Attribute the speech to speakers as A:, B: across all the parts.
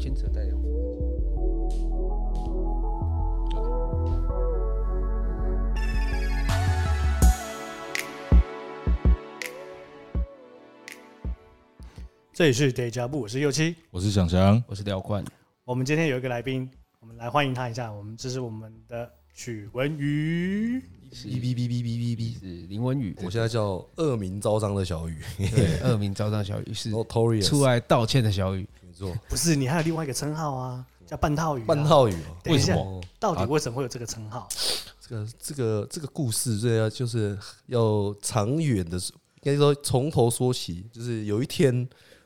A: 牵扯在两国。
B: 这里是 Deja 部，我是右七。
C: 我是想想，
A: 我是廖冠，
B: 我们今天有一个来宾，我们来欢迎他一下。我们这是我们的许文瑜，
A: 是
D: 哔哔哔哔哔哔
A: 是林文宇，
D: 哔，我现在叫恶名昭彰的小雨，
A: 对恶名昭彰小雨是
C: 哦
D: notorious，
A: 出来道歉的小雨，
D: 没错，
B: 不是你还有另外一个称号啊，叫半套鱼、
D: 半，套语哦。
B: 等一下
C: 为什
D: 么？
B: 到底为什么会有这个称号？
D: 这个这个这个故事，这要就是要长远的，应该说从头说起。就是有一天，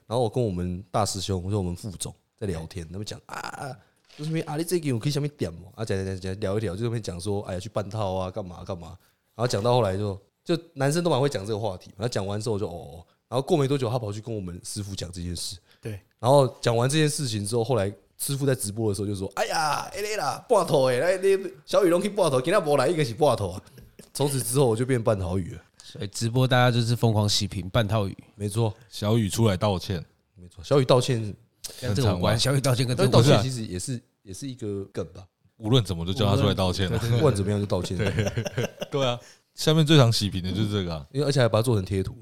D: 然后我跟我们大师兄，我说我们副总在聊天，他们讲啊啊，就是因为啊，你这个我可以下面点嘛，啊讲讲讲讲聊一聊，就那边讲说，哎呀去办套啊，干嘛干嘛，然后讲到后来就就男生都蛮会讲这个话题，然后讲完之后我就哦哦，然后过没多久，他跑去跟我们师傅讲这件事，
B: 对，
D: 然后讲完这件事情之后，后来师傅在直播的时候就说：“哎呀，哎嘞啦，半头哎，来你小雨龙去半头，今天我来一个是半头啊。” 从此之后我就变半头雨了。
A: 所以直播大家就是疯狂洗屏半套雨，
D: 没错，
C: 小雨出来道歉，
D: 没错。小雨道歉，
A: 跟这个无关，小雨道歉跟这
D: 但
A: 个无
D: 道
C: 不是
D: 歉
C: 啊
D: 其实也是也是一个梗吧，
C: 无论怎么就叫他出来道歉了。
D: 不管怎么样就道歉，
C: 对啊，下面最常洗屏的就是这个 啊，
D: 因为而且还把它做成贴图。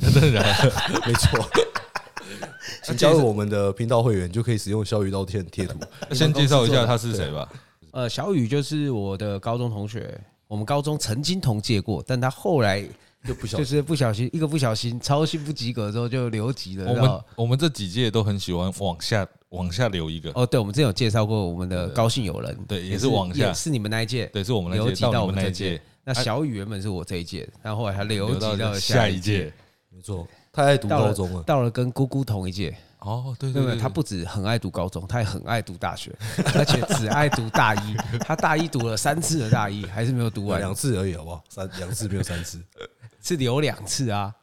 C: 真的啊。
D: 没错， 请加入我们的频道会员就可以使用小雨道歉贴图。
C: 先介绍一下他是谁吧。
A: 呃，小雨就是我的高中同学，我们高中曾经同届过，但他后来
D: 就不小
A: 就
D: 心
A: 是不小心一个不小心超信不及格之后就留级了，
C: 我
A: 然后
C: 们我们这几届都很喜欢往下往下留一个，
A: 哦，对，我们之前有介绍过我们的高兴友人，
C: 对也是往下
A: 也是你们那一届，
C: 对，是我们那
A: 留
C: 届
A: 级到
C: 到
A: 我
C: 你
A: 们
C: 们那
A: 这
C: 一届啊
A: 届。，那小雨原本是我这一届，但后来他留
C: 留
A: 级
C: 到
A: 到
C: 下
A: 一
C: 一届。
D: 没错，他爱读
A: 到
D: 高
A: 了
D: 中了，
A: 到了跟姑姑同一届，
C: 哦，对
A: 对
C: 对
A: 不对？
C: 对，
A: 他不止很爱读高中，他也很爱读大学，而且只爱读大一。他大一读了三次的大一，还是没有读完
D: 两，次而已，好不好？三两次没有三 次，
A: 是留两次啊。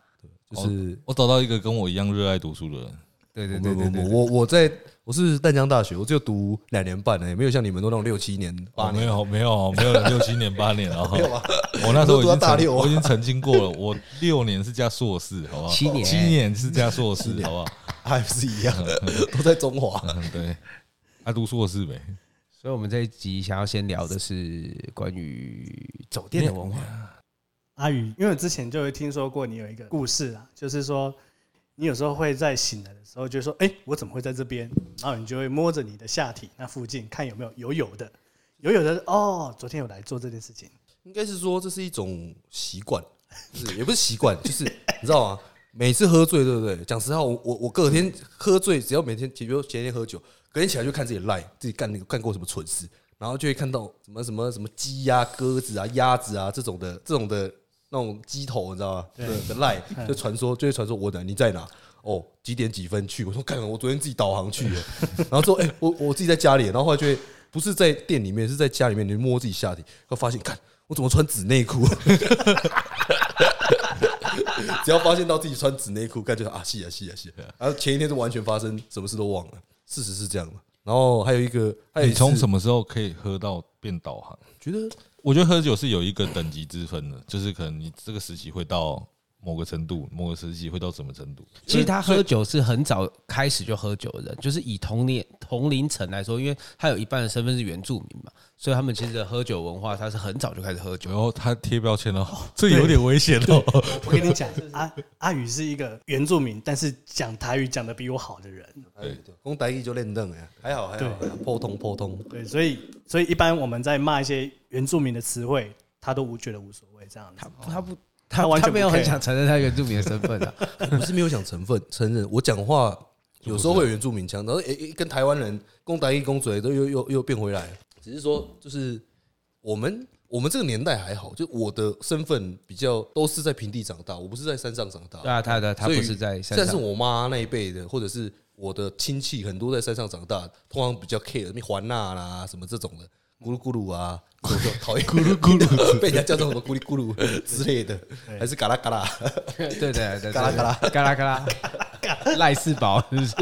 D: 就是
C: 我找到一个跟我一样热爱读书的人，
A: 对对对
D: 我
A: 对对，
D: 我我我在我是淡江大学，我就读两年半了，也没有像你们都那种六七年、八
C: 哦，
D: 年。
C: 没
D: 啊
C: 有没有没有人六七年八年 了哈，哦
A: 啊
C: 我那时候已
D: 都读到
C: 经
D: 大
C: 曾
D: 六啊
C: 我已经曾经过了，我六年是加硕士，好不好？
A: 七年
C: 七年是加硕士，好不好？
D: 还不是一样，
A: 嗯
D: 都在中华。
C: 嗯，对，他读硕士呗。
A: 所以我们这一集想要先聊的是关于酒店的文化。
B: 阿宇，因为我之前就有听说过你有一个故事啊，就是说你有时候会在醒来的时候就说：“哎、我怎么会在这边？”然后你就会摸着你的下体那附近看有没有油油的，油油的哦，昨天有来做这件事情，
D: 应该是说这是一种习惯，就是也不是习惯，就是你知道吗？每次喝醉，对不对？讲实话，我我我隔天喝醉，只要每天，比如前一天喝酒，隔天起来就看自己赖，自己干那个干过什么蠢事，然后就会看到什么什么什么鸡呀、鸽子啊、鸭子啊这种的这种的那种鸡头，你知道吗？对的赖 就传说，就会传说我的你在哪？哦，几点几分去？我说干，我昨天自己导航去了， 然后说哎、我我自己在家里，然后后来就会不是在店里面，是在家里面，你摸自己下体，会发现干。我怎么穿纸内裤？ 只要发现到自己穿纸内裤，感觉啊，是啊，是啊，是啊。然后前一天就完全发生什么事都忘了，事实是这样的。然后还有一个，还有
C: 你从
D: 么？
C: 什么时候可以喝到变导航？
D: 觉得
C: 我觉得喝酒是有一个等级之分的，就是可能你这个时期会到某个程度，某个时期会到什么程度。
A: 其实他喝酒是很早开始就喝酒的人，就是以同年同龄层来说，因为他有一半的身份是原住民嘛，所以他们其实的喝酒文化，他是很早就开始喝酒。
C: 然后他贴标签了，这有点危险哦。
B: 我跟你 讲，阿阿宇是一个原住民，但是讲台语讲的比我好的人，
D: 对，公台语就练凳哎，还好还好，还好破通破通。
B: 对，所以所以一般我们在骂一些原住民的词汇，他都无觉得无所谓这样子
A: 他。他不，
B: 他
A: 他
B: 完全
A: 他没有
B: 不 care
A: 很想承认他原住民的身份啊。
D: 我不是没有想成分承认，我讲话有时候会有原住民腔，然后诶、诶跟台湾人公台一公嘴都又又又变回来，只是说就是我们我们这个年代还好，就我的身份比较都是在平地长大，我不是在山上长大，
A: 对啊，他的他不
D: 所以
A: 是在山
D: 但是
A: 上，
D: 我妈那一辈的，或者是我的亲戚很多在山上长大，通常比较 care 什么环娜啦什么这种的，咕噜咕噜啊，我就讨厌咕噜咕噜，被人家叫成什么咕哩咕噜之类的，还是嘎啦嘎啦。
A: 对对对对，
D: 嘎啦嘎啦
A: 嘎啦嘎 啦，赖世宝是不是？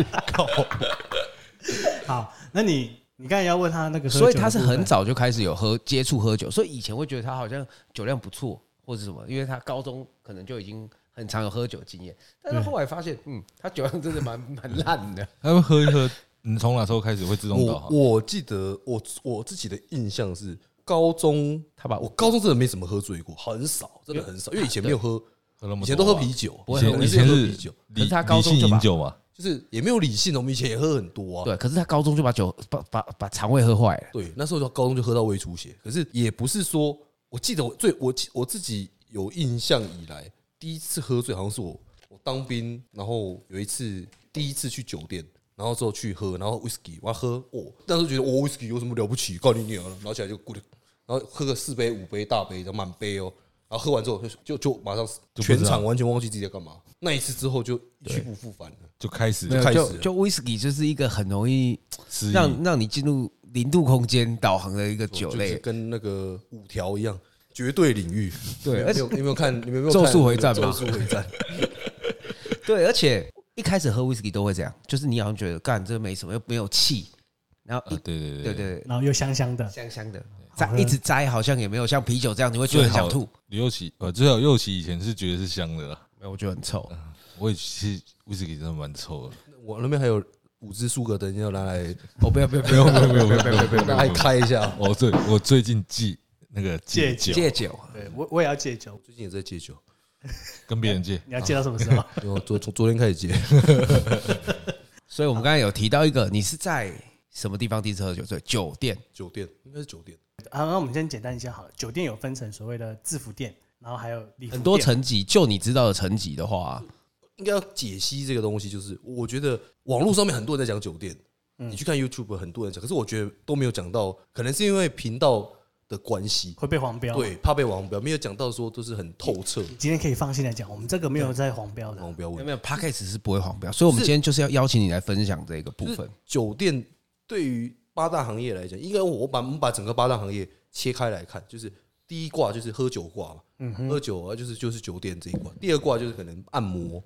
B: 好，那你你刚才要问他那个喝酒的
A: 所
B: 部分，
A: 以他是很早就开始有喝接触喝酒，所以以前会觉得他好像酒量不错或者什么，因为他高中可能就已经很 常有喝酒经验，但是后来发现，嗯，他酒量真的蛮蛮烂的。
C: 他们喝一喝，你从哪时候开始会自动导
D: 我
C: 航？
D: 我记得我我自己的印象是高中，
A: 他把
D: 我高中真的没怎么喝醉过，很少，真的很少，因为以前没有喝，
C: 喝那么多啊
D: 以前都喝啤酒，
A: 不会
C: 以前
A: 我
C: 以
A: 们
C: 前
D: 喝
C: 是
D: 啤酒，
A: 可
C: 理
A: 是他高
C: 理
A: 中
C: 性
A: 就把
C: 饮酒嘛，
D: 就是也没有理性，我们以前也喝很多 啊，
A: 对，可是他高中就把酒把把把肠胃喝坏了。
D: 对，那时候就高中就喝到胃出血，可是也不是说，我记得我最我记我自己有印象以来，第一次喝醉好像是我我当兵，然后有一次第一次去酒店，然后之后去喝，然后 whisky 我要喝，哦，那时候觉得我、哦、whisky 有什么了不起，告你娘了，拿起来就咕噜，然后喝个四杯五杯大杯，然后满杯哦。然后喝完之后就就就马上
C: 就不知道
D: 全场完全忘记自己在干嘛。那一次之后就一去不复返了。
C: 就开始
A: 没有
D: 开始
A: 就
D: 了
A: 就 whisky 就是一个很容易
C: 失忆。
A: 让让你进入零度空间导航的一个酒
D: 就是
A: 类。
D: 跟那个五条一样，绝对领域。
A: 对
D: 你有你有没有看？你们有没有看
A: 咒术回战
D: 咒
A: 嘛
D: 术回战，
A: 对，而且一开始喝 whisky 都会这样，就是你好像觉得干这个没什么，又没有气，然后一、
C: 啊对对
A: 对对对
B: 然后又香香的，
A: 香香的，
B: 好
A: 再
B: 喝
A: 一直摘好像也没有像啤酒这样，你会觉得
C: 最
A: 很想
C: 好
A: 吐。
C: 刘佑奇呃，最好佑奇以前是觉得是香的啦，
A: 没有，我觉得很臭。
C: 我也其实威士忌真的蛮臭的，
D: 我那边还有五支苏格登要拿来
A: 哦，不要不要不要不要不要不要不要不要
D: 拿 来开一下。
C: 我哦最我最近戒那个戒
B: 戒
C: 酒，
A: 戒酒，
B: 对我我也要戒酒，
D: 最近也在戒酒，
C: 跟别人戒，
B: 你要戒到什 么时候？
D: 我昨从昨天开始戒，
A: 所以我们刚才有提到一个，你是在什么地方第一次喝酒醉？酒店。
D: 酒店应该是酒店，
B: 啊，那我们先简单一下好了。酒店有分成所谓的制服店，然后还有礼服
A: 很多
B: 店
A: 层级，就你知道的层级的话，啊
D: 应该要解析这个东西。就是我觉得网络上面很多人在讲酒店，
A: 嗯
D: 你去看 YouTube 很多人讲，可是我觉得都没有讲到，可能是因为频道的关系，
B: 会被黄标。，
D: 对，怕被网标没有讲到说都是很透彻
B: 今天可以放心来讲，我们这个没有在黄标的
D: 网。标问
A: 有
D: 题。
A: 没有 p a c k a g e 是不会黄标，所以我们
D: 嗯是
A: 今天就是要邀请你来分享这个部
D: 就
A: 分
D: 是。酒店对于八大行业来讲，应该我把我们把整个八大行业切开来看，就是第一卦就是喝酒卦嘛，
B: 嗯
D: 喝酒啊就是就是酒店这一卦，第二卦就是可能按摩、嗯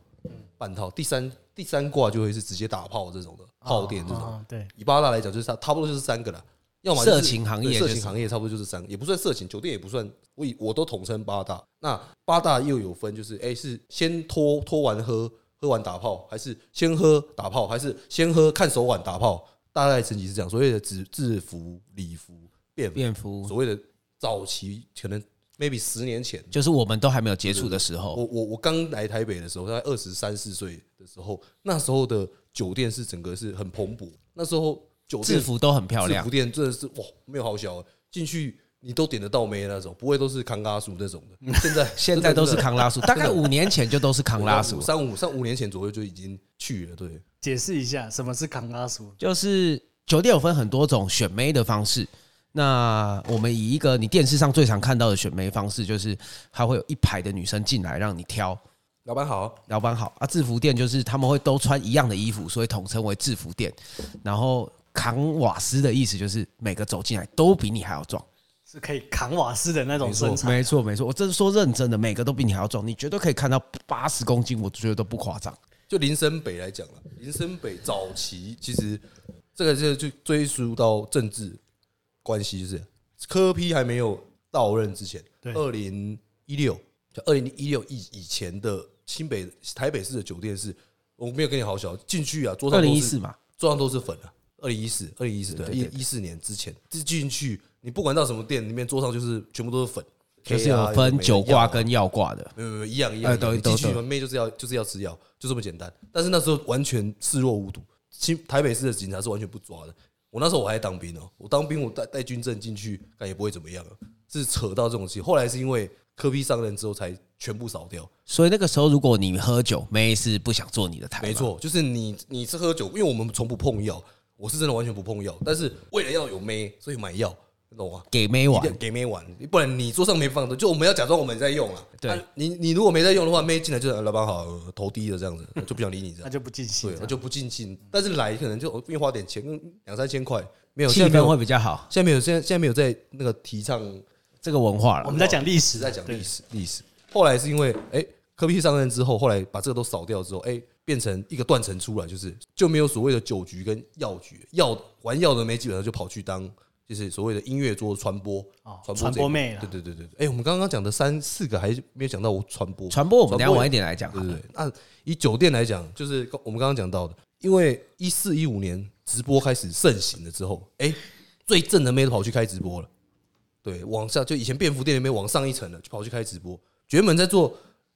D: 半套，第三第三卦就会是直接打炮这种的炮店这
B: 啊
D: 种。
B: 啊对，
D: 以八大来讲，就是它差不多就是三个了。要么就是
A: 色情行业就
D: 对色
A: 是
D: 情行业差不多就是三个，也不算色情，酒店也不算，我以我都统称八大。那八大又有分，就是哎、是先拖拖完喝，喝完打炮，还是先喝打炮，还是先喝看手腕打炮？大概层级是这样，所谓的制制服、礼服、便服，
A: 便服
D: 所谓的早期可能 maybe 十年前，
A: 就是我们都还没有接触的时候，
D: 我我我刚来台北的时候，大概二十三四岁的时候，那时候的酒店是整个是很蓬勃，那时候酒
A: 制
D: 店
A: 服都很漂
D: 制
A: 亮
D: 服，店真的是哇，没有好小啊，进去你都点得到没那种，不会都是康嘎叔那种的。现在
A: 嗯现在都是康 拉苏，大概五年前就都是康拉苏，
D: 三五三五年前左右就已经去了，对，
B: 解释一下什么是扛拉鼠。
A: 就是酒店有分很多种选妹的方式。那我们以一个你电视上最常看到的选妹方式，就是它会有一排的女生进来让你挑，
D: 老板好，
A: 老板好啊，制服店就是他们会都穿一样的衣服，所以统称为制服店。然后扛瓦斯的意思就是每个走进来都比你还要壮，
B: 是可以扛瓦斯的那种身材，
A: 没错没错，我真是说认真的，每个都比你还要壮，你绝对可以看到八十公斤，我觉得都不夸张。
D: 就林森北来讲了，林森北早期其实这个这就追溯到政治关系，就是柯批还没有到任之前，
B: 对
D: 二零一六，就二零一六以以前的新北台北市的酒店是，我没有跟你好小进去啊，桌上
A: 二
D: 都
A: 零
D: 是
A: 一四嘛，
D: 桌上都是粉啊。二零一四，二零一四，对，
A: 对对
D: 一一四年之前，一进去你不管到什么店，里面桌上就是全部都是粉，
A: 就是
D: 黑啊
A: 有分
D: 没的
A: 酒
D: 药
A: 挂
D: 啊
A: 跟药挂的，
D: 没有没有一样一
A: 哎
D: 样，
A: 都
D: 你
A: 都
D: 进去
A: 都
D: 你们妹就是要就是要吃药，就这么简单。但是那时候完全视若无睹，新台北市的警察是完全不抓的。我那时候我还在当兵哦、我当兵我带带军证进去，但也不会怎么样啊，是扯到这种事情。后来是因为科比上任之后才全部扫掉，
A: 所以那个时候如果你喝酒，妹是不想做你的台，
D: 没，错，就是你你是喝酒，因为我们从不碰药，我是真的完全不碰药，但是为了要有妹，所以买药，你懂吗？
A: 给妹玩
D: 一定，要给妹玩，不然你桌上没放的，就我们要假装我们在用了。
A: 对
D: 啊你你如果没在用的话，妹进来就是呃老板好呃头低了这样子，就不想理你这
B: 那
D: 样，
B: 就不尽兴
A: 啊
D: 对，
B: 这
D: 我
B: 样。
D: 就不尽兴。但是来可能就因为花点钱，嗯两三千块，没有
A: 气
D: 现在没
A: 氛会
D: 有
A: 比较好，
D: 现在没有现在现在没有在那个提倡，
A: 这个文化
B: 我
A: 了
B: 们。在讲历
D: 只
B: 史，
D: 在讲历
B: 对，
D: 史历史。后来是因为哎、科比上任之后，后来把这个都扫掉之后，哎、变成一个断层出来，就是就没有所谓的酒局跟药局，药玩药的妹基本上就跑去当。就是所谓的音乐做传播
B: 哦
D: 传播
B: 传
D: 这一
B: 播妹啦
D: 对对对对，对哎、我们刚刚讲的三四个还没有讲到我传播，
A: 传播我们等一下晚一
D: 点，
A: 点来讲好
D: 对
A: 了，
D: 对对。那以酒店来讲，就是我们刚刚讲到的，因为一四一五年直播开始盛行了之后，哎、最正的妹都跑去开直播了。对，往下就以前便服店里面往上一层了，就跑去开直播。原本在做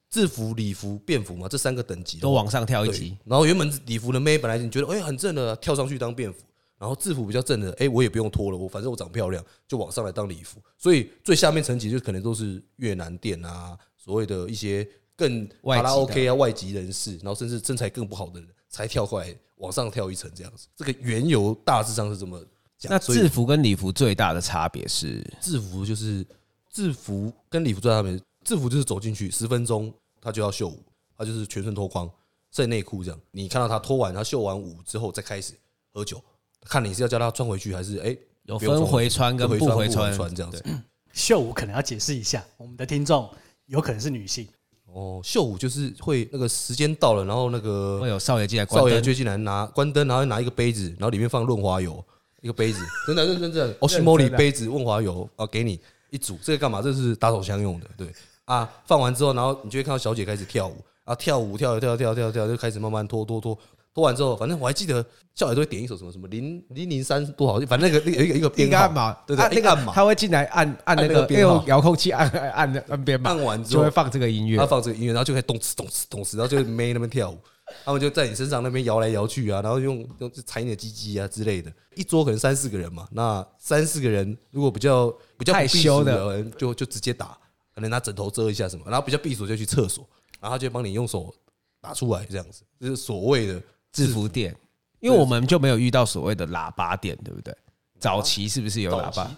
D: 制服、礼服、便服嘛，这三个等级的
A: 都
D: 话
A: 往上跳一
D: 对，
A: 级，
D: 然后原本礼服的妹本来你觉得哎、很正的，跳上去当便服，然后制服比较正的，哎、我也不用脱了，我反正我长漂亮，就往上来当礼服。所以最下面层级就可能都是越南店啊，所谓的一些更
A: 外籍的
D: 卡拉 OK 啊外籍人士，然后甚至身材更不好的人才跳过来往上跳一层这样子。这个缘由大致上是这么讲。
A: 那
D: 所以
A: 制服跟礼服最大的差别是，
D: 制服就是制服跟礼服最大的差别，制服就是走进去十分钟，他就要秀舞，他就是全身脱光，剩内裤这样。你看到他脱完，他秀完舞之后再开始喝酒，看你是要叫他穿回去还是哎、
A: 有
D: 不用
A: 分
D: 穿回
A: 回穿跟
D: 回
A: 不回
D: 不
A: 穿
D: 穿这样子。
B: 秀舞可能要解释一下，我们的听众有可能是女性，
D: 哦，秀舞就是会那个时间到了，然后那个
A: 会有少爷进来关
D: 少爷
A: 灯，
D: 追进来拿关灯，然后拿一个杯子，然后里面放润滑油，一个杯子，真的认 真真的
A: 哦
D: o s h i m o r i 杯子润滑油啊，给你一组，这个干嘛？这是打手枪用的，对啊，放完之后，然后你就会看到小姐开始跳舞啊，跳舞跳跳跳跳跳，就开始慢慢拖拖拖。拖完之后，反正我还记得少爷都会点一首什么什么零零零三多少，反正那个那个有一个一个编
A: 应该啊
D: 号
A: 按码，
D: 对对，
A: 按
D: 一个按码。
A: 他会进来按按那
D: 按那
A: 个
D: 个编号
A: 用遥控器按按按按编码，
D: 按完之
A: 就
D: 后
A: 会放这个音乐
D: 他。放这个音乐，然后就开始动次动次动次，然后就妹那边跳舞，他们就在你身上那边摇来摇去啊，然后用用踩你的鸡鸡啊之类的。一桌可能三四个人嘛，那三四个人如果比较比较不
A: 害
D: 避
A: 羞
D: 暑
A: 的
D: 的人，就就直接打，可能拿枕头遮一下什么，然后比较避暑就去厕所，然后他就帮你用手打出来这样子，这是所谓的
A: 制服店，因为我们就没有遇到所谓的喇叭店，对不对？早期是不是有喇
D: 早期
A: 叭？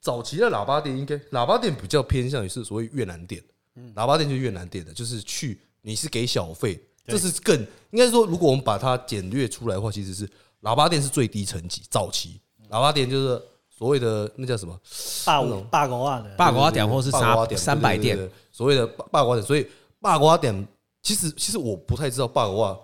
D: 早期的喇叭店应该，喇叭店比较偏向于是所谓越南店，
A: 嗯
D: 喇叭店就是越南店的，就是去你是给小费，这是更应该说，如果我们把它简略出来的话，其实是喇叭店是最低层级，早期喇叭店就是所谓的那叫什么
B: 霸舞霸狗啊的，
A: 霸瓜店或是
D: 八卦
A: 三
D: 点
A: 三百店，
D: 对对对对所谓的八八卦点，所以八卦点其实其实我不太知道八卦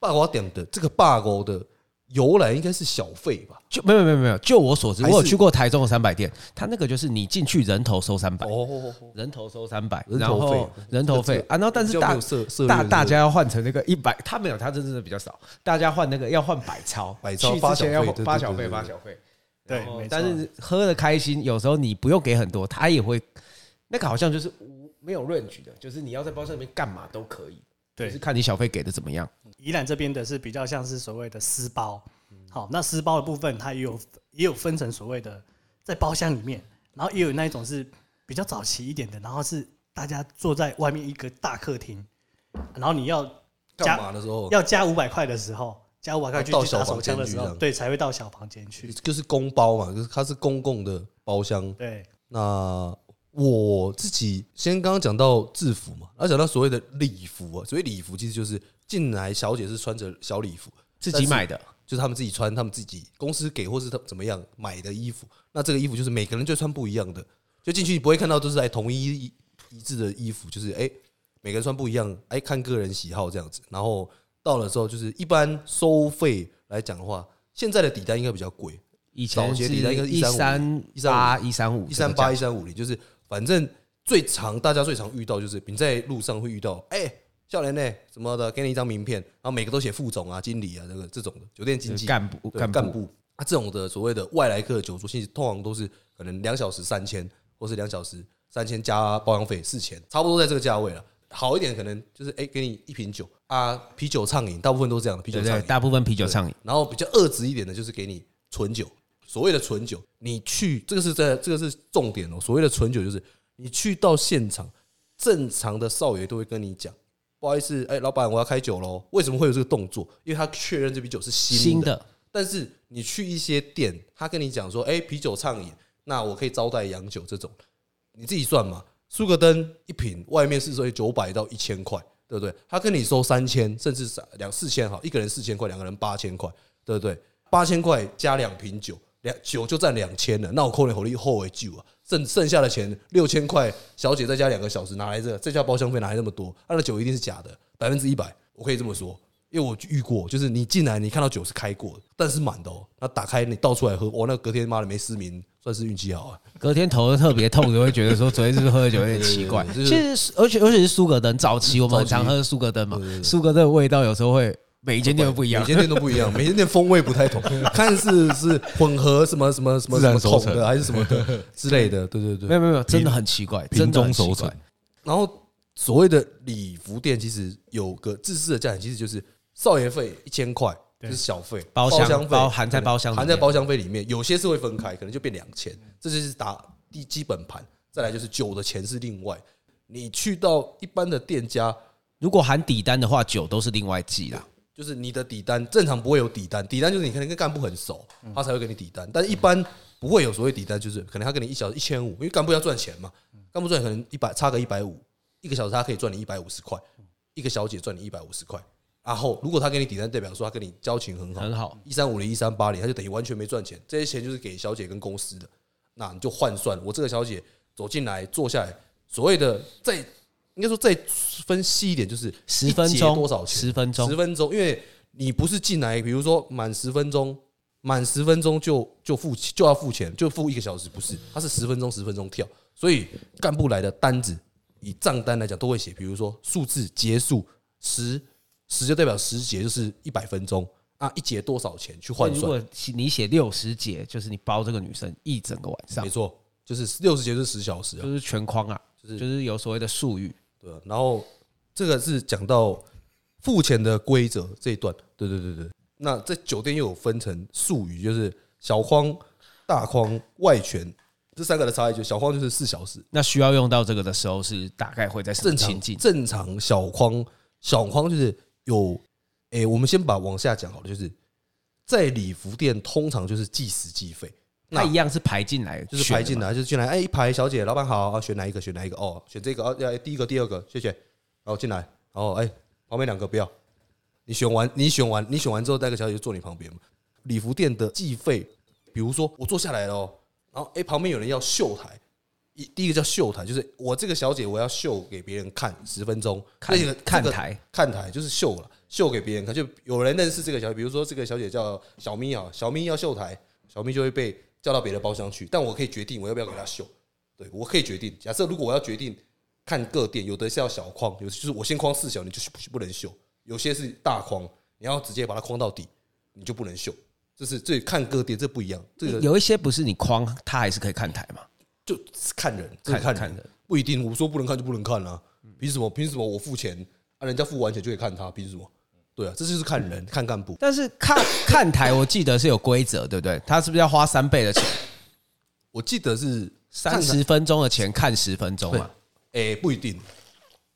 D: 八卦点的这个八卦的由来应该是小费吧？
A: 就没有没有没有，就我所知，我
D: 还是
A: 有去过台中的三百店，他那个就是你进去人头收三百，
D: 哦，
A: 人头收三百，
D: 人
A: 然
D: 头费
A: 后人头费啊，然后但是
D: 比较没
A: 大
D: 有涉涉猎
A: 大
D: 的
A: 大
D: 这个
A: 家要换成那个一百，他没有，他真的比较少，大家换那个要换百超，
D: 百超
A: 去之
D: 发小
A: 前
D: 费
A: 要
D: 对对
A: 发
D: 对
A: 小
D: 对
A: 费
D: 对
A: 发
D: 对
A: 小费，
B: 对
A: 然后
B: 没错
A: 哦但是喝的开心，有时候你不用给很多，他也会那个好像就是无没有 range 的，就是你要在包厢里面干嘛都可以，
B: 对
A: 就是看你小费给的怎么样。
B: 宜兰这边的是比较像是所谓的私包。好，那私包的部分，它也有也有分成所谓的在包厢里面，然后也有那一种是比较早期一点的，然后是大家坐在外面一个大客厅，然后你要
D: 干嘛的时候
B: 要加五百块的时候，加五百块去
D: 哦到
B: 去打
D: 小
B: 手
D: 房间
B: 枪的
D: 去
B: 时
D: 这
B: 候，
D: 样
B: 对，才会到小房间去。
D: 就是公包嘛，就是它是公共的包厢。
B: 对，
D: 那我自己先刚刚讲到制服嘛，然后讲到所谓的礼服啊，所谓礼服其实就是进来小姐是穿着小礼服，
A: 自己买的，
D: 就是他们自己穿，他们自己公司给或是他怎么样买的衣服。那这个衣服就是每个人就穿不一样的，就进去你不会看到都是哎同一一致的衣服，就是哎、每个人穿不一样，哎看个人喜好这样子。然后到了之后，就是一般收费来讲的话，现在的底单应该比较贵，
A: 以前
D: 早
A: 是
D: 期底单应该是
A: 一三八一三五
D: 一三八、一三五零，就是反正最常大家最常遇到就是你在路上会遇到，哎、笑脸呢什么的，给你一张名片，然后每个都写副总啊、经理啊这个这种的酒店经
A: 就是
D: 济
A: 呃干部
D: 对
A: 干
D: 干
A: 部
D: 部啊这种的所谓的外来客的酒桌，其实通常都是可能两小时三千，或是两小时三千加包养费四千，差不多在这个价位了。好一点可能就是哎、给你一瓶酒啊，啤酒畅饮，大部分都是这样的啤
A: 对
D: 酒
A: 不
D: 畅
A: 对？
D: 饮。
A: 大部分啤酒畅饮，
D: 然后比较遏制一点的就是给你纯酒。所谓的纯酒，你去这个是在这个是重点哦。所谓的纯酒就是你去到现场，正常的少爷都会跟你讲，不好意思，哎，老板，我要开酒喽。为什么会有这个动作？因为他确认这啤酒是
A: 新
D: 新的。
A: 的
D: 但是你去一些店，他跟你讲说，哎、啤酒畅饮，那我可以招待洋酒这种，你自己算嘛。苏格登一瓶外面是说九百到一千块，对不对？他跟你收三千，甚至三两四千好，一个人四千块，两个人八千块，对不对？八千块加两瓶酒，两酒就占两千了。那我扣你红利后尾酒啊，剩剩下的钱六千块，小姐再加两个小时拿来这个，再加包厢费拿来那么多，那那酒一定是假的，百分之一百，我可以这么说。因为我遇过，就是你进来，你看到酒是开过的，但是满的哦。那打开你倒出来喝，哇，那隔天妈的没失明，算是运气好啊。
A: 隔天头都特别痛，就会觉得说昨天是不是喝了酒有点奇怪。
D: 对对对
A: 其
D: 就是
A: 嗯实，而且而且是苏格登，早期我们很
D: 早期
A: 常喝苏格登嘛，苏格登的味道有时候会每一间店都不一样
D: 每，间店都不一样，每间店风味不太同，看是是混合什么什么什么
C: 自
D: 什
C: 然
D: 么
C: 熟
D: 桶
C: 成
D: 的还是什么 的之类的，对对对
A: 没。有没有没有，真的很奇怪，真
C: 瓶
A: 的
C: 中
A: 很奇
C: 熟
A: 怪
C: 成。，
D: 然后所谓的礼服店，其实有个自私的价钱，其实就是少爷费一千块，就
B: 对
D: 是小费，
A: 包厢
D: 厢费
A: 包含在包厢里面
D: 含在包厢费里面。有些是会分开，可能就变两千，这就是打第基本盘。再来就是酒的钱是另外，你去到一般的店家，
A: 如果含底单的话，酒都是另外计啦。
D: 就是你的底单正常不会有底单，底单就是你可能跟干部很熟，
A: 嗯
D: 他才会给你底单，但是一般不会有所谓底单，就是可能他给你一小时一千五，因为干部要赚钱嘛，
A: 嗯
D: 干部赚可能一百差个一百五，一个小时他可以赚你一百五十块，一个小姐赚你一百五十块，然后如果他给你底单，代表说他跟你交情很好，
A: 很好，
D: 一三五零一三八零，他就等于完全没赚钱，这些钱就是给小姐跟公司的，那你就换算，我这个小姐走进来坐下来，所谓的再应该说再分析一点，就是
A: 十
D: 一
A: 分
D: 节
A: 钟
D: 多少钱？
A: 十分钟
D: 十分钟，因为你不是进来，比如说满十分钟，满十分钟就就付就要付钱，就付一个小时，不是，它是十分钟十分钟跳，所以干部来的单子以账单来讲都会写，比如说数字结束十十就代表十节就是一百分钟啊，一节多少钱去换
A: 如
D: 算？
A: 果你写六十节，就是你包这个女生一整个晚上
D: 没，错，就是六十节就是十小时啊
A: 就，是全框啊，
D: 就是
A: 就是有所谓的术语。
D: 对啊、然后这个是讲到付钱的规则这一段，对对对对。那在酒店又有分成术语，就是小框、大框、外圈这三个的差异，就小框就是四小时，
A: 那需要用到这个的时候，是大概会在什么
D: 正
A: 情
D: 常
A: 境？
D: 正常小框小框就是有，诶、我们先把往下讲好了，就是在礼服店通常就是计时计费，那
A: 那一样是排进来选的
D: 就
A: 嘛，
D: 是排进来，就是进来，哎，一排小姐，老板好，啊选哪一个？选哪一个？哦，选这个，哦，要第一个，第二个，谢谢。然后进来，然后哎，旁边两个不要。你选完，你选完，你选完之后，那个小姐就坐你旁边嘛。礼服店的计费，比如说我坐下来了、哦，然后哎，旁边有人要秀台，一第一个叫秀台，就是我这个小姐我要秀给别人看十分钟，
A: 看
D: 这个
A: 看
D: 这个
A: 台
D: 看台就是秀了，秀给别人看，就有人认识这个小姐，比如说这个小姐叫小咪啊，小咪要秀台，小咪就会被叫到别的包厢去，但我可以决定我要不要给她秀，对我可以决定。假设如果我要决定看各店，有的是要小框，有的就是我先框四小，你就是不不能秀；有些是大框，你要直接把它框到底，你就不能秀。这是这看各店这不一样，这个
A: 有一些不是你框，它还是可以看台嘛。
D: 就是看人，这
A: 看
D: 个
A: 看
D: 看看
A: 人
D: 人，不一定。我说不能看就不能看啊，凭什么？凭什么我付钱啊？人家付完钱就可以看他，凭什么？对啊，这就是看人，看干部。
A: 但是 看看台，我记得是有规则，对不对？他是不是要花三倍的钱，
D: 我记得是
A: 三
D: 看
A: 十分钟的钱看十分钟
D: 对
A: 嘛？，
D: 诶、哎不一定，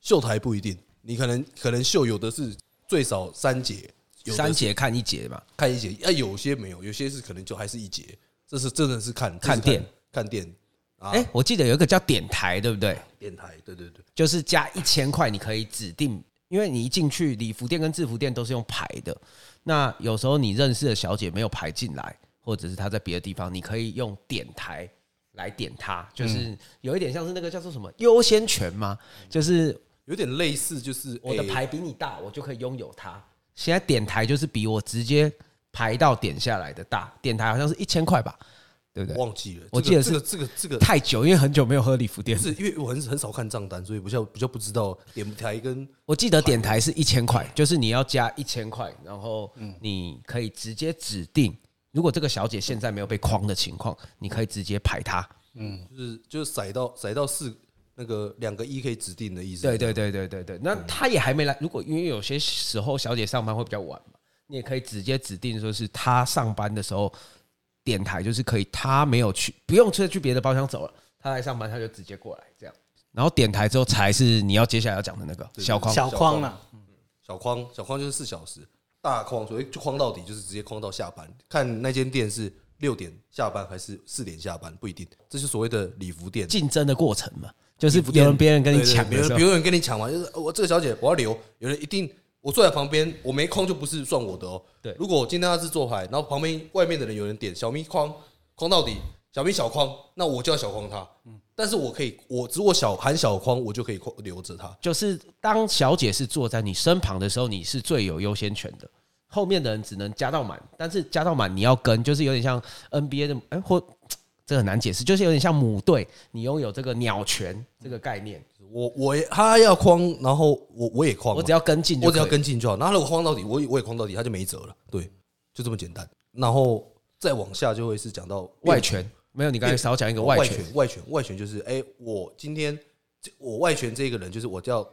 D: 秀台不一定，你可能可能秀有的是最少三节，有的
A: 三
D: 是
A: 节看一节嘛？
D: 看一节，啊，有些没有，有些是可能就还是一节，这是真的是看
A: 看店
D: 看店啊，
A: 哎，我记得有一个叫点台，对不对？
D: 电台，对对对，
A: 就是加一千块，你可以指定，因为你一进去礼服店跟制服店都是用排的。那有时候你认识的小姐没有排进来，或者是她在别的地方，你可以用点台来点她，就是有一点像是那个叫做什么优先权吗？就是
D: 有点类似就是哎
A: 我的
D: 诶
A: 牌比你大，我就可以拥有它。现在点台就是比我直接排到点下来的大，点台好像是一千块吧，对不对？
D: 我忘记了，
A: 我
D: 这
A: 记
D: 个
A: 得是
D: 这个这个这个
A: 太久，因为很久没有喝礼服店
D: 不，是因为我很很少看账单，所以不叫比较不知道点台跟
A: 我记得点台是一千块，就是你要加一千块，然后你可以直接指定，如果这个小姐现在没有被框的情况，你可以直接排她。
D: 就是就是甩到甩到四那个两个一可以指定的意思，
A: 对对对对对对，那她也还没来，如果因为有些时候小姐上班会比较晚嘛，你也可以直接指定说是她上班的时候点台，就是可以她没有去，不用去去别的包厢走了，她来上班她就直接过来这样。然后点台之后才是你要接下来要讲的那个
D: 对
A: 小框，
B: 小框啊，
D: 小框小框就是四小时，大框所以就框到底，就是直接框到下班。看那间店是六点下班还是四点下班不一定，这是所谓的礼服店。
A: 竞争的过程嘛，就是
D: 礼服
A: 有
D: 店
A: 人别人跟你
D: 对对
A: 抢
D: 别
A: 的时
D: 人
A: 候
D: 别。人跟你抢完，就是呃我这个小姐我要留，有人一定我坐在旁边，我没框就不是算我的哦。
A: 对
D: 如果今天他是坐牌，然后旁边外面的人有人点小咪框框到底，小咪小框，那我就要小框他。
A: 嗯
D: 但是我可以，我只我小含小框，我就可以框留着他。
A: 就是当小姐是坐在你身旁的时候，你是最有优先权的。后面的人只能加到满，但是加到满你要跟，就是有点像 NBA 的，哎、或这很难解释，就是有点像母队，你拥有这个鸟权这个概念，
D: 我我也他要框，然后我我也框嘛，
A: 我只要跟进就可以，嗯
D: 我只要跟进就好。然后如果框到底，我也我也框到底，他就没辙了。对，就这么简单。然后再往下就会是讲到
A: 外拳，没有你刚才少讲一个
D: 外
A: 外
D: 拳
A: 拳，，
D: 外拳，外拳就是哎、我今天这我外拳这个人就是我就要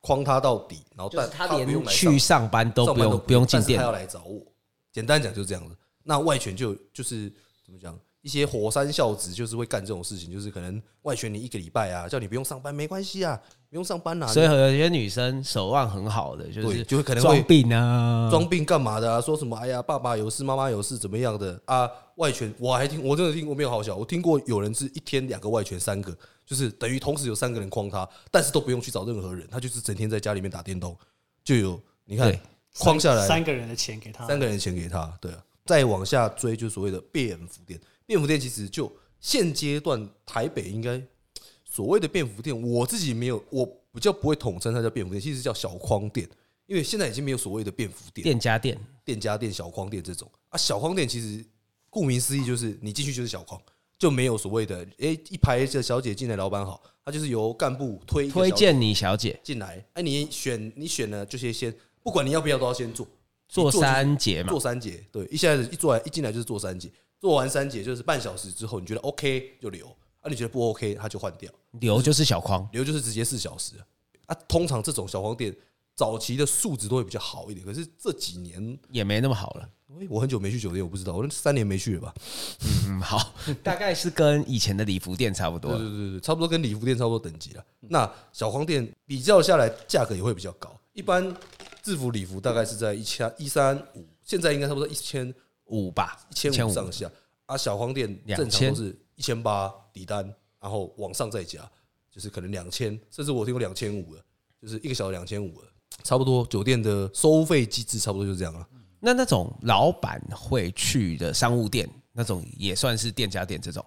D: 框他到底，然后
A: 就是
D: 但
A: 他
D: 不用
A: 连
D: 来
A: 去
D: 上
A: 上班都
D: 上
A: 不
D: 班
A: 用不用进
D: 但是
A: 店
D: 他，要来找我。简单讲就是这样子。那外拳就就是怎么讲？一些火山孝子就是会干这种事情，就是可能外拳你一个礼拜啊，叫你不用上班没关系啊，不用上班啊，
A: 所以有些女生手腕很好的，就
D: 对
A: 是
D: 就是可能会
A: 装病啊，
D: 装病干嘛的啊？说什么哎呀，爸爸有事，妈妈有事，怎么样的啊？外拳我还听，我真的听过没有好笑，我听过有人是一天两个外拳，三个，就是等于同时有三个人框他，但是都不用去找任何人，他就是整天在家里面打电动，就有你看
A: 对
D: 框下来
B: 三个人的钱给他，
D: 三个人钱给他，对啊。再往下追就所谓的便服店，便服店其实就现阶段台北应该所谓的便服店，我自己没有，我比较不会统称它叫便服店，其实叫小框店，因为现在已经没有所谓的便服店。
A: 店家店，
D: 店家店、小框店这种啊。小框店其实顾名思义就是你进去就是小框，就没有所谓的诶、一排这小姐进来，老板好，他就是由干部推一个
A: 推
D: 小姐
A: 荐你小姐
D: 进来，哎、你选你选了就是先，不管你要不要都要先做
A: 做
D: 你就
A: 三节嘛
D: 做，三节，对，一下子一做完一进来就是做三节，做完三节就是半小时之后，你觉得 OK 就留，啊你觉得不 OK 他就换掉。
A: 留就是小框，
D: 留就是直接四小时啊。通常这种小黄店早期的素质都会比较好一点，可是这几年
A: 也没那么好了。
D: 诶我很久没去酒店，我不知道，我那三年没去了吧？
A: 嗯，好， 大概是跟以前的礼服店差不多
D: 对。对对对，差不多跟礼服店差不多等级了。那小黄店比较下来，价格也会比较高。一般制服礼服大概是在一千一三五，现在应该差不多一千
A: 五吧，
D: 一千五上下啊。小黄店正常都是一千八底单，然后往上再加，就是可能两千，甚至我听过两千五的，就是一个小时两千五的，差不多酒店的收费机制差不多就是这样了。
A: 那那种老板会去的商务店，那种也算是店家店这种。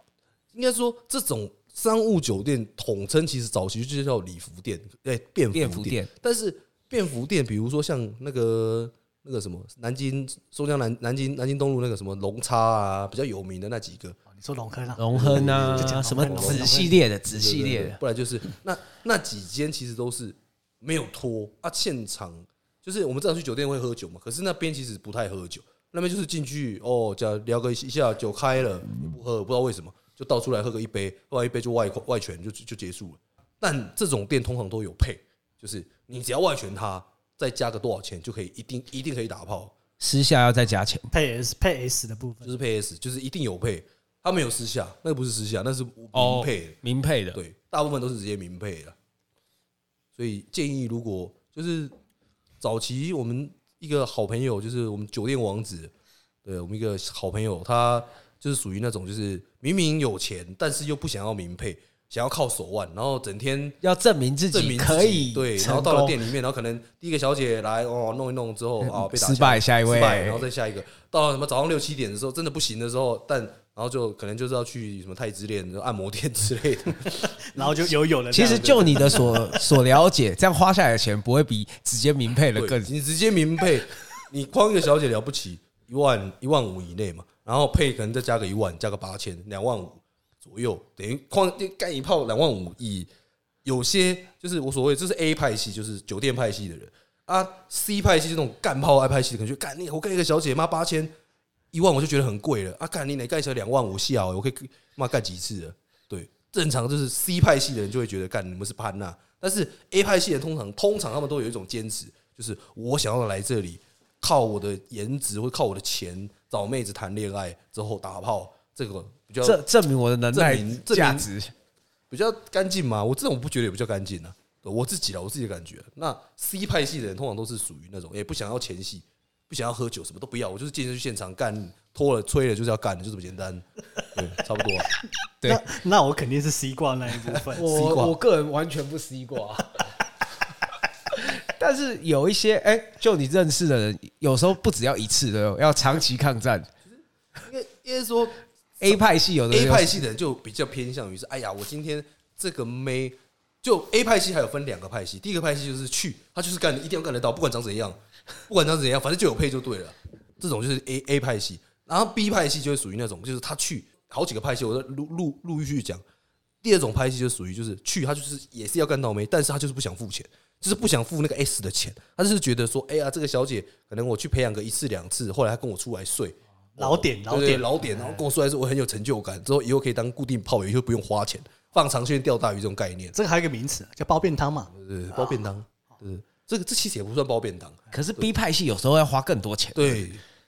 D: 应该说这种商务酒店统称其实早期就叫礼服店，哎，便
A: 便
D: 服
A: 服
D: 店
A: 店。
D: 但是便服店，比如说像那个那个什么南京松江南南京南京东路那个什么龙叉啊，比较有名的那几个，
B: 你说龙坑啊，
A: 龙亨
D: 嗯
B: 就讲龙
A: 啊，
B: 亨
A: 什么
B: 龙亨
A: 子系列的，子
D: 对
A: 系
D: 对
A: 列
D: 对
A: 的，
D: 不然就是那那几间其实都是没有拖啊，现场就是我们正常去酒店会喝酒嘛，可是那边其实不太喝酒，那边就是进去哦，讲聊个一下，酒开了也不喝，不知道为什么就倒出来喝个一杯，喝完一杯就外外拳就就结束了。但这种店通常都有配，就是你只要外拳它，再加个多少钱就可以，一定一定可以打炮，
A: 私下要再加钱。
B: 配 S 配 S 的部
D: 就
B: 分，
D: 是配 S，就是一定有配，他没有私下，那个不是私下，那是明配的。
A: 明配的，
D: 对，大部分都是直接民配的。所以建议，如果就是早期我们一个好朋友，就是我们酒店王子，对我们一个好朋友，他就是属于那种就是明明有钱，但是又不想要民配，想要靠手腕，然后整天
A: 要证明自
D: 证
A: 己
D: 明
A: 可
D: 自己
A: 以
D: 对，然后
A: 成
D: 到了
A: 功
D: 店里面，然后可能第一个小姐来哦弄一弄之后啊被打
A: 失败下一位
D: 失败然后再下一个，到了什么早上六七点的时候真的不行的时候，但然后就可能就是要去什么太之恋、按摩店之类的，
B: 然后就有有了这
A: 其
B: 样
A: 实
B: 子。
A: 就你的所 所了解，这样花下来的钱不会比直接明配的
D: 对
A: 更。
D: 你直接明 配，你框一个小姐了不起，一万一万五以内嘛，然后配可能再加个一万，加个八千，两万五左右，等于框干一炮两万五以有些就是我所谓这是 A 派系，就是酒店派系的人啊，C 派系这种干炮 I 派系的，可能就干你我干一个小姐妈八千一万我就觉得很贵了啊，干你哪干小两万五下我可以妈干几次了。对，正常就是 C 派系的人就会觉得干你们是潘娜，但是 A 派系的通常通常他们都有一种坚持，就是我想要来这里靠我的颜值或靠我的钱找妹子谈恋爱之后打炮，这个比较
A: 这证明我的能耐
D: 证明证明
A: 价值，
D: 比较干净嘛，我这种不觉得也比较干净啊。对我自己啦，我自己的感觉。那 C 派系的人通常都是属于那种，也、不想要前戏，不想要喝酒，什么都不要，我就是进去现场干，脱了吹了就是要干，就这么简单。对，差不多啊、
A: 对
B: 那那我肯定是 C 挂那一部 分，
A: 我我个人完全不 C 过、啊。 但是有一些哎、就你认识的人，有时候不只要一次的，要长期抗战。
D: 因为因为说
A: A 派系有的
D: A
A: 人
D: 派系的人就比较偏向于是，哎呀，我今天这个妹，就 A 派系还有分两个派系，第一个派系就是去，他就是干，一定要干得到，不管长怎样，不管长怎样，反正就有配就对了。这种就是 A A 派系，然后 B 派系就会属于那种，就是他去好几个派系，我在陆陆陆续讲，第二种拍戏就属于就是去，他就是也是要干倒霉，但是他就是不想付钱，就是不想付那个 S 的钱，他就是觉得说，哎呀，这个小姐可能我去培养个一次两次，后来她跟我出来睡，
B: 老点老
D: 对对
B: 点
D: 老点，然后跟我出来说我很有成就感，之后以后可以当固定炮友，以后不用花钱，放长线钓大鱼这种概念，
B: 这个还有一个名词叫包便汤嘛，
D: 对对，包便当，对对，这个这其实也不算包便当，
A: 可是 B 派系有时候要花更多钱，，
D: 对，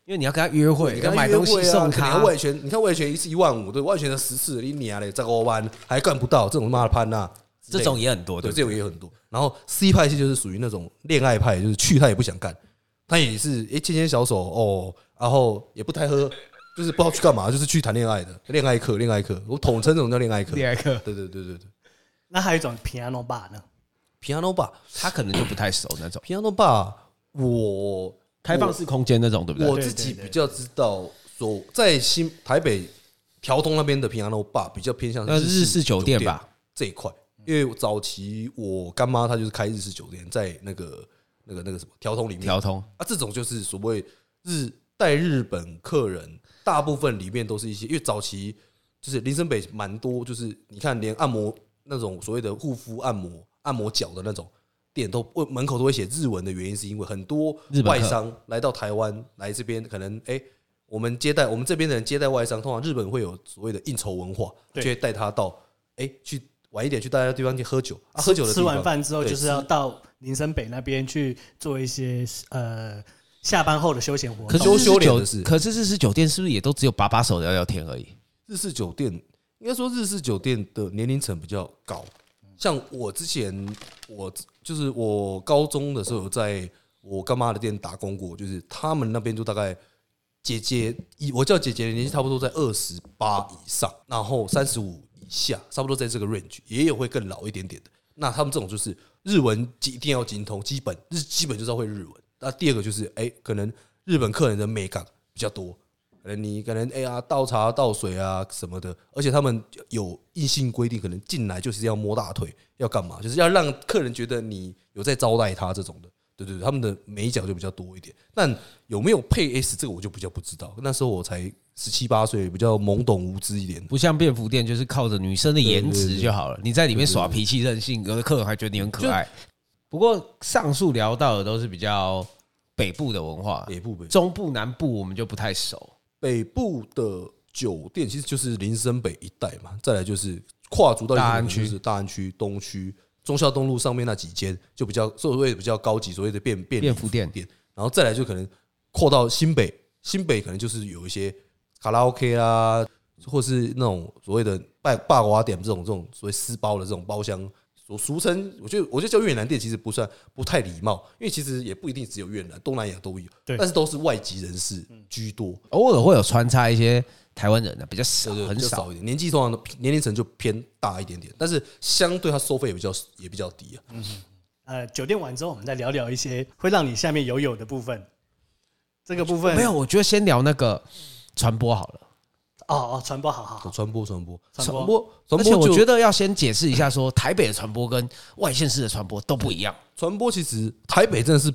A: 因为你要跟他约会，
D: 你
A: 你要
D: 跟他
A: 买
D: 约
A: 东西
D: 会啊
A: 送
D: 可能
A: 他
D: 要，外旋，你看外旋一次一万五，对，外旋的十次，你娘嘞，再个弯还干不到，这种妈的潘娜，
A: 这种也很多，
D: 对，
A: 对
D: 这种也有很多。然后 C 派系就是属于那种恋爱派，就是去他也不想干，他也是诶牵牵小手哦，然后也不太喝，就是不知道去干嘛，就是去谈恋爱的恋爱课，恋爱课，我统称这种叫恋爱课。
A: 第二个
D: 对对对对对
B: 那还有一种 piano bar 呢，
D: ，piano bar，piano
A: 他可能就不太熟那种
D: bar，我
A: 开放式空间那种，对不对？
D: 我自己比较知道，所在新台北条东那边的 piano bar 比较偏向
A: 那日式
D: 式
A: 酒
D: 店
A: 店吧
D: 这一块，因为我早期我干妈她就是开日式酒店，在那个那个那个什么条通里面，
A: 调通
D: 啊，这种就是所谓日带日本客人，大部分里面都是一些，因为早期就是林森北蛮多，就是你看连按摩那种所谓的护肤按摩、按摩脚的那种店都会门口都会写日文的原因，是因为很多
A: 日本
D: 外
A: 客
D: 商来到台湾来这边，可能哎、我们接待我们这边的人接待外商，通常日本会有所谓的应酬文化，就
B: 对
D: 会带他到哎、去晚一点去大家地方去喝酒，啊、喝酒的
B: 吃
D: 地
B: 完
D: 方
B: 饭之后
D: 对
B: 就是要到林森北那边去做一些呃下班后的休闲活
A: 可
B: 动。
A: 是日
D: 羞
A: 式
D: 羞脸的
A: 酒，
D: 事
A: 可是日式酒店是不是也都只有把把手聊聊天而已？
D: 日式酒店，应该说日式酒店的年龄层比较高。像我之前，我就是我高中的时候有在我干妈的店打工过，就是他们那边就大概姐姐以我叫姐姐的年纪差不多在二十八以上，然后三十五以下，差不多在这个 range，也有会更老一点点的。那他们这种就是日文一定要精通，基本日基本就是要会日文。那第二个就是，哎、可能日本客人的美感比较多，可能你可能哎呀、倒茶倒水啊什么的，而且他们有硬性规定，可能进来就是要摸大腿，要干嘛，就是要让客人觉得你有在招待他这种的。对对对，他们的美角就比较多一点，但有没有配 S 这个我就比较不知道。那时候我才十七八岁，比较懵懂无知一点。
A: 不像便服店，就是靠着女生的颜值就好了。你在里面耍脾气任性，有的客人还觉得你很可爱。不过上述聊到的都是比较北部的文化，
D: 北部北
A: 中部、南部我们就不太熟。
D: 北部的酒店其实就是林森北一带嘛，再来就是跨足到一个
A: 大安区
D: 就是大安区、东区、忠孝东路上面那几间就比较所谓比较高级，所谓的便便利
A: 便服店
D: 店，然后再来就可能扩到新北，新北可能就是有一些卡拉 OK 啊，或是那种所谓的霸霸瓜点这种这种所谓私包的这种包厢。所俗称，我觉得我觉得叫越南店其实不算不太礼貌，因为其实也不一定只有越南，东南亚都有，
B: 对
D: 但是都是外籍人士居多。
A: 偶尔会有穿插一些台湾人的，比较少，
D: 对对，
A: 很
D: 比较
A: 少。
D: 少一点，年纪通常都年龄层就偏大一点点，但是相对它收费也比较也比较低啊。
B: 呃，酒店完之后，我们再聊聊一些会让你下面游泳的部分。这个部分
A: 没有，我觉得先聊那个传播好了。
B: 哦哦，传播好好好，
D: 传播传播
B: 传播
D: 播传
A: 而且
D: 播
A: 我
D: 就，
A: 觉得要先解释一下说台北的传播跟外县市的传播都不一样，
D: 传播其实台北真的是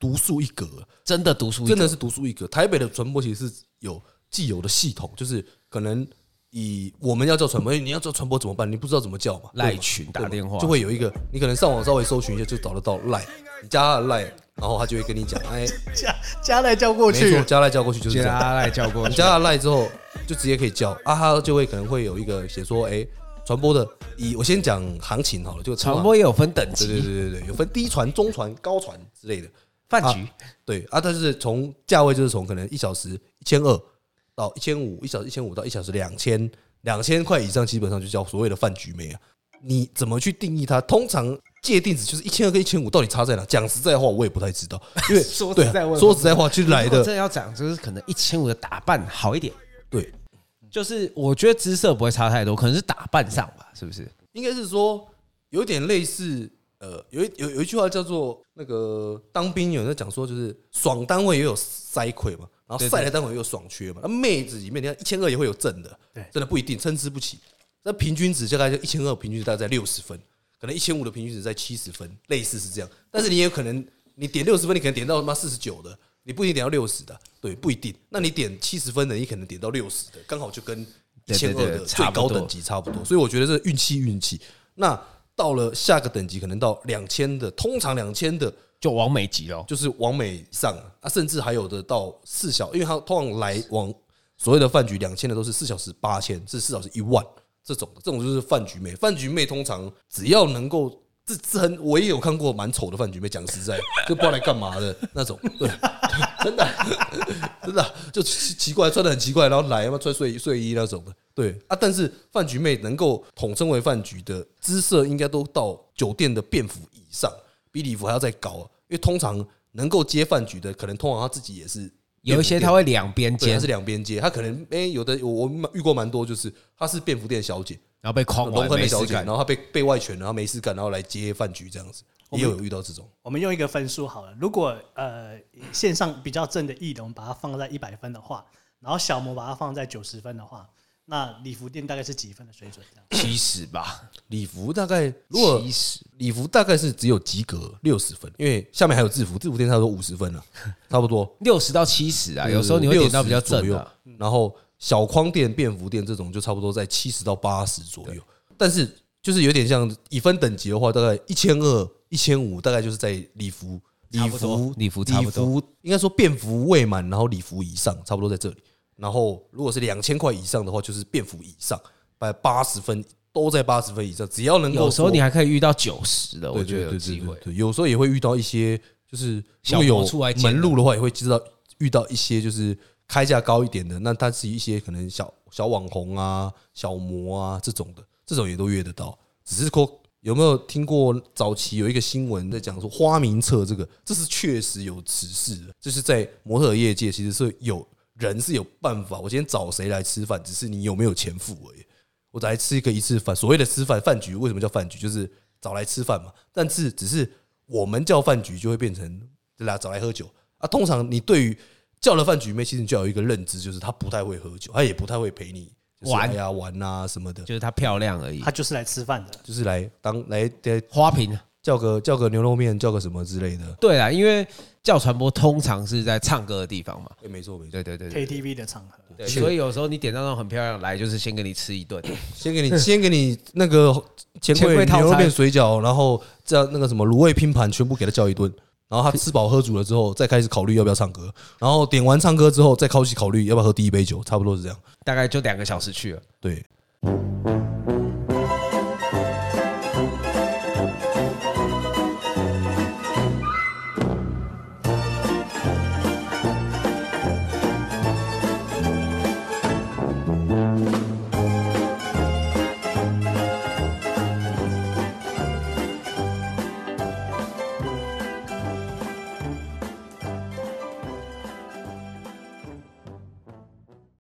D: 独树一格啊，
A: 真的读书
D: 真的是独树一格。台北的传播其实是有既有的系统，就是可能以我们要叫传播，因为你要叫传播怎么办？你不知道怎么叫嘛？对吗
A: 赖群打
D: 对嘛
A: 电话
D: 就会有一个，你可能上网稍微搜寻一下就找得到赖，你加他的赖，然后他就会跟你讲，哎，
B: 加加来叫过
D: 没
B: 去
D: 错，，加赖加过去就是这
A: 接
D: 样。
A: 他来叫过
D: 你
A: 去
D: 加了赖之后，就直接可以叫啊，他就会可能会有一个写说，哎、传播的以我先讲行情好了，就
A: 传播，也有分等
D: 对对
A: 级、
D: 对对对，有分低传、中传、高传之类的，
A: 饭局，
D: 对啊，它就是从价位就是从可能一小时一千二到一千五，一小时一千五到一小时两千，两千块以上基本上就叫所谓的饭局妹啊。你怎么去定义它？通常界定值就是一千二跟一千五到底差在哪？讲实在话，我也不太知道，因 为
A: 说
D: 对
A: 实在我也不
D: 啊
A: 知道
D: 说实在话，其实来
A: 如 果
D: 的
A: 真哦的要讲，就是可能一千五的打扮好一点，
D: 对
A: 就是我觉得姿色不会差太多，可能是打扮上吧，是不是？
D: 应该是说有点类似，呃，有一有有一句话叫做那个当兵有人在讲说，就是爽单位也有塞亏嘛，然后
A: 对对
D: 晒的单位也有爽缺嘛，那妹子里面你看一千二也会有正的，
B: 对
D: 真的不一定参差不齐。那平均值大概就一千二，平均值大概在六十分，可能一千五的平均值在七十分，类似是这样。但是你也有可能，你点六十分，你可能点到他妈四十九的，你不一定点到六十的，对，不一定。那你点七十分的，你可能点到六十的，刚好就跟一千二
A: 对对
D: 的
A: 对
D: 最
A: 差不
D: 高
A: 多
D: 等级差不多，所以我觉得这运气运气。那到了下个等级，可能到两千的，通常两千的
A: 就往美极了。
D: 就是往美上啊，甚至还有的到四小，因为它通常来往所谓的饭局两千的都是四小时八千，至四小时一万这种的，这种就是饭局妹。饭局妹通常只要能够自自很，我也有看过蛮丑的饭局妹，讲实在，就不知道来干嘛的那种，对，真的真的啊就奇奇怪，穿的很奇怪，然后来嘛穿睡睡衣那种的，对啊。但是饭局妹能够统称为饭局的姿色，应该都到酒店的便服以上，比礼服还要再高、啊。因为通常能够接饭局的，可能通常他自己也是
A: 有一些他会两边
D: 对，
A: 煎
D: 他是，两边接，他可能诶、有的我我遇过蛮多，就是她是便服店小姐，
A: 然后被框
D: 龙
A: 完
D: 亨的
A: 哦没
D: 小
A: 事
D: 姐，
A: 干
D: 然。后她被被外权，然后没事干，然后来接饭局这样子，也有遇到这种。
B: 我们用一个分数好了，如果呃线上比较正的艺龙把它放在一百分的话，然后小魔把它放在九十分的话，那礼服店大概是几分的水准？这样
A: 七十吧，
D: 礼服大概如果
A: 七十
D: 礼服大概是只有及格六十分，因为下面还有制服，制服店差不多五十分了，差不多。
A: 六十到七十 啊，有时候你会点到比较正啊
D: 左
A: 的
D: 右，，嗯然后小框店、便服店这种就差不多在七十到八十左右，但是就是有点像以分等级的话，大概一千二、一千五，大概就是在礼服、
A: 差
D: 礼
A: 不多
D: 服、
A: 礼服差不多
D: 礼服应该说便服未满，然后礼服以上，差不多在这里。然后如果是两千块以上的话，就是便服以上，百八十分都在八十分以上，只要能够
A: 有时候
D: 说
A: 你还可以遇到九十的，
D: 对
A: 我觉
D: 对
A: 得有
D: 对
A: 机
D: 对
A: 会
D: 对。对，有时候也会遇到一些就是如
A: 小
D: 果
A: 模出来
D: 有
A: 见的
D: 门路的话，也会知道遇到一些就是开价高一点的，那它是一些可能小小网红啊、小模啊这种的，这种也都约得到。只是说有没有听过早期有一个新闻在讲说花名册这个，这是确实有此事的，就是在模特儿业界其实是有人是有办法，我今天找谁来吃饭，只是你有没有钱付而已。我来吃一个一次饭，所谓的吃饭饭局，为什么叫饭局？就是找来吃饭嘛。但是只是我们叫饭局，就会变成对啦，找来喝酒啊。通常你对于叫了饭局妹，其实你就要有一个认知，就是她不太会喝酒，她也不太会陪你就是
A: 玩
D: 哎呀玩啊什么的，
A: 就是她漂亮而已
B: 他。就是来吃饭的。
D: 就是来当来来
A: 花瓶，
D: 叫个叫个牛肉面，叫个什么之类的。
A: 对啦，因为教传播通常是在唱歌的地方嘛。
D: 哎、没错没错，
A: 对对对对
B: KTV 的场合，
A: 对，所以有时候你点到那种很漂亮的来，就是先给你吃一顿，
D: 先给你先给你那个钱
A: 钱
D: 柜
A: 柜套餐
D: 牛肉面水饺，然后这样那个什么卤味拼盘全部给他叫一顿，然后他吃饱喝足了之后，再开始考虑要不要唱歌，然后点完唱歌之后再考起考虑要不要喝第一杯酒，差不多是这样。
A: 大概就两个小时去了。
D: 对，